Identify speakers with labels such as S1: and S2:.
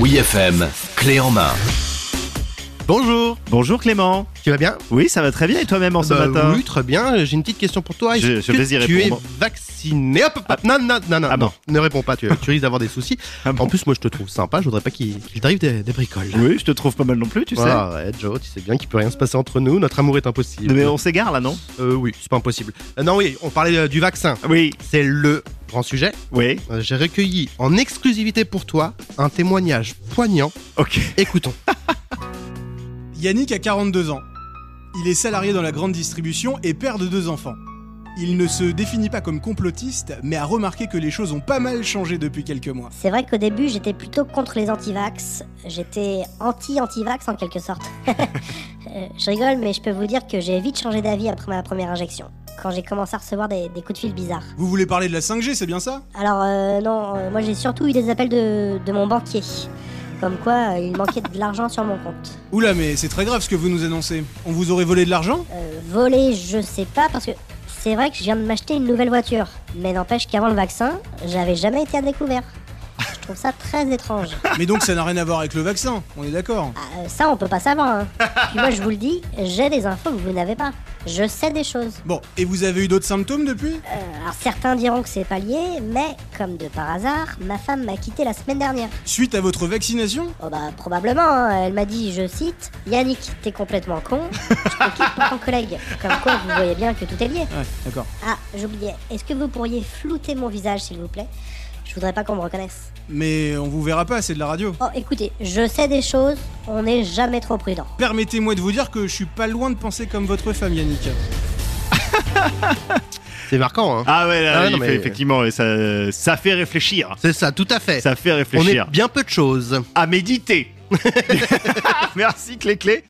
S1: Oui FM, clé en main.
S2: Bonjour,
S3: Bonjour Clément.
S2: tu vas bien
S3: Oui, ça va très bien et toi-même en ce
S2: Bah
S3: matin
S2: Oui, très bien. J'ai une petite question pour toi.
S3: Je-
S2: Est-ce
S3: je
S2: que
S3: désire
S2: tu es
S3: répondre.
S2: vacciné Hop, hop, hop. Non, non, non, non,
S3: Ah
S2: non.
S3: bon.
S2: Ne réponds pas, tu, tu risques d'avoir des soucis.
S3: Ah bon
S2: En plus, moi, je te trouve sympa. Je voudrais pas qu'il qu'il t'arrive des, des bricoles.
S3: Oui, je te trouve pas mal non plus, tu
S2: Voilà, ouais, Joe, tu sais bien qu'il peut rien se passer entre nous. Notre amour est impossible.
S3: sais. Mais on s'égare là, non
S2: Euh, oui, c'est pas impossible. Euh, non, oui, on parlait euh, du vaccin.
S3: Oui,
S2: C'est le grand sujet.
S3: oui.
S2: Euh, J'ai recueilli en exclusivité pour toi un témoignage poignant.
S3: Ok.
S2: Écoutons.
S4: Yannick a 42 ans. Il est salarié dans la grande distribution et père de deux enfants. Il ne se définit pas comme complotiste, mais a remarqué que les choses ont pas mal changé depuis quelques mois.
S5: C'est vrai qu'au début, j'étais plutôt contre les antivax. J'étais anti-antivax en quelque sorte. Euh, je rigole, mais je peux vous dire que j'ai vite changé d'avis après ma première injection. Quand j'ai commencé à recevoir des, des coups de fil bizarres.
S4: Vous voulez parler de la 5G, c'est bien ça
S5: Alors, euh, non, euh, moi j'ai surtout eu des appels de, de mon banquier. Comme quoi, euh, il manquait de l'argent sur mon compte.
S4: Oula, mais c'est très grave ce que vous nous annoncez. On vous aurait volé de l'argent
S5: Euh, voler, je sais pas, parce que c'est vrai que je viens de m'acheter une nouvelle voiture. Mais n'empêche qu'avant le vaccin, j'avais jamais été à découvert. Je trouve ça très étrange.
S4: Mais donc ça n'a rien à voir avec le vaccin, on est d'accord.
S5: Euh, ça, on peut pas savoir. Hein. Puis moi, je vous le dis, j'ai des infos que vous n'avez pas. Je sais des choses.
S4: Bon, et vous avez eu d'autres symptômes depuis
S5: Euh, alors certains diront que c'est pas lié, mais comme de par hasard, ma femme m'a quitté la semaine dernière.
S4: Suite à votre vaccination
S5: Oh bah probablement. hein. Elle m'a dit, je cite, Yannick, t'es complètement con. Je te quitte pour ton collègue. Comme quoi, vous voyez bien que tout est lié.
S4: Ouais, d'accord.
S5: Ah, j'oubliais. Est-ce que vous pourriez flouter mon visage, s'il vous plaît Je voudrais pas qu'on me reconnaisse.
S4: Mais on vous verra pas, c'est de la radio.
S5: Oh, écoutez, je sais des choses. On n'est jamais trop prudent.
S4: Permettez-moi de vous dire que je suis pas loin de penser comme votre femme, Yannick.
S2: C'est marquant, hein
S3: Ah ouais, là,
S2: Ah ouais,
S3: il
S2: non,
S3: fait-
S2: mais-
S3: effectivement, et ça, ça fait réfléchir.
S2: C'est ça, tout à fait.
S3: Ça fait
S2: on est
S3: réfléchir.
S2: bien peu de choses.
S3: À méditer. Merci Clé Clé.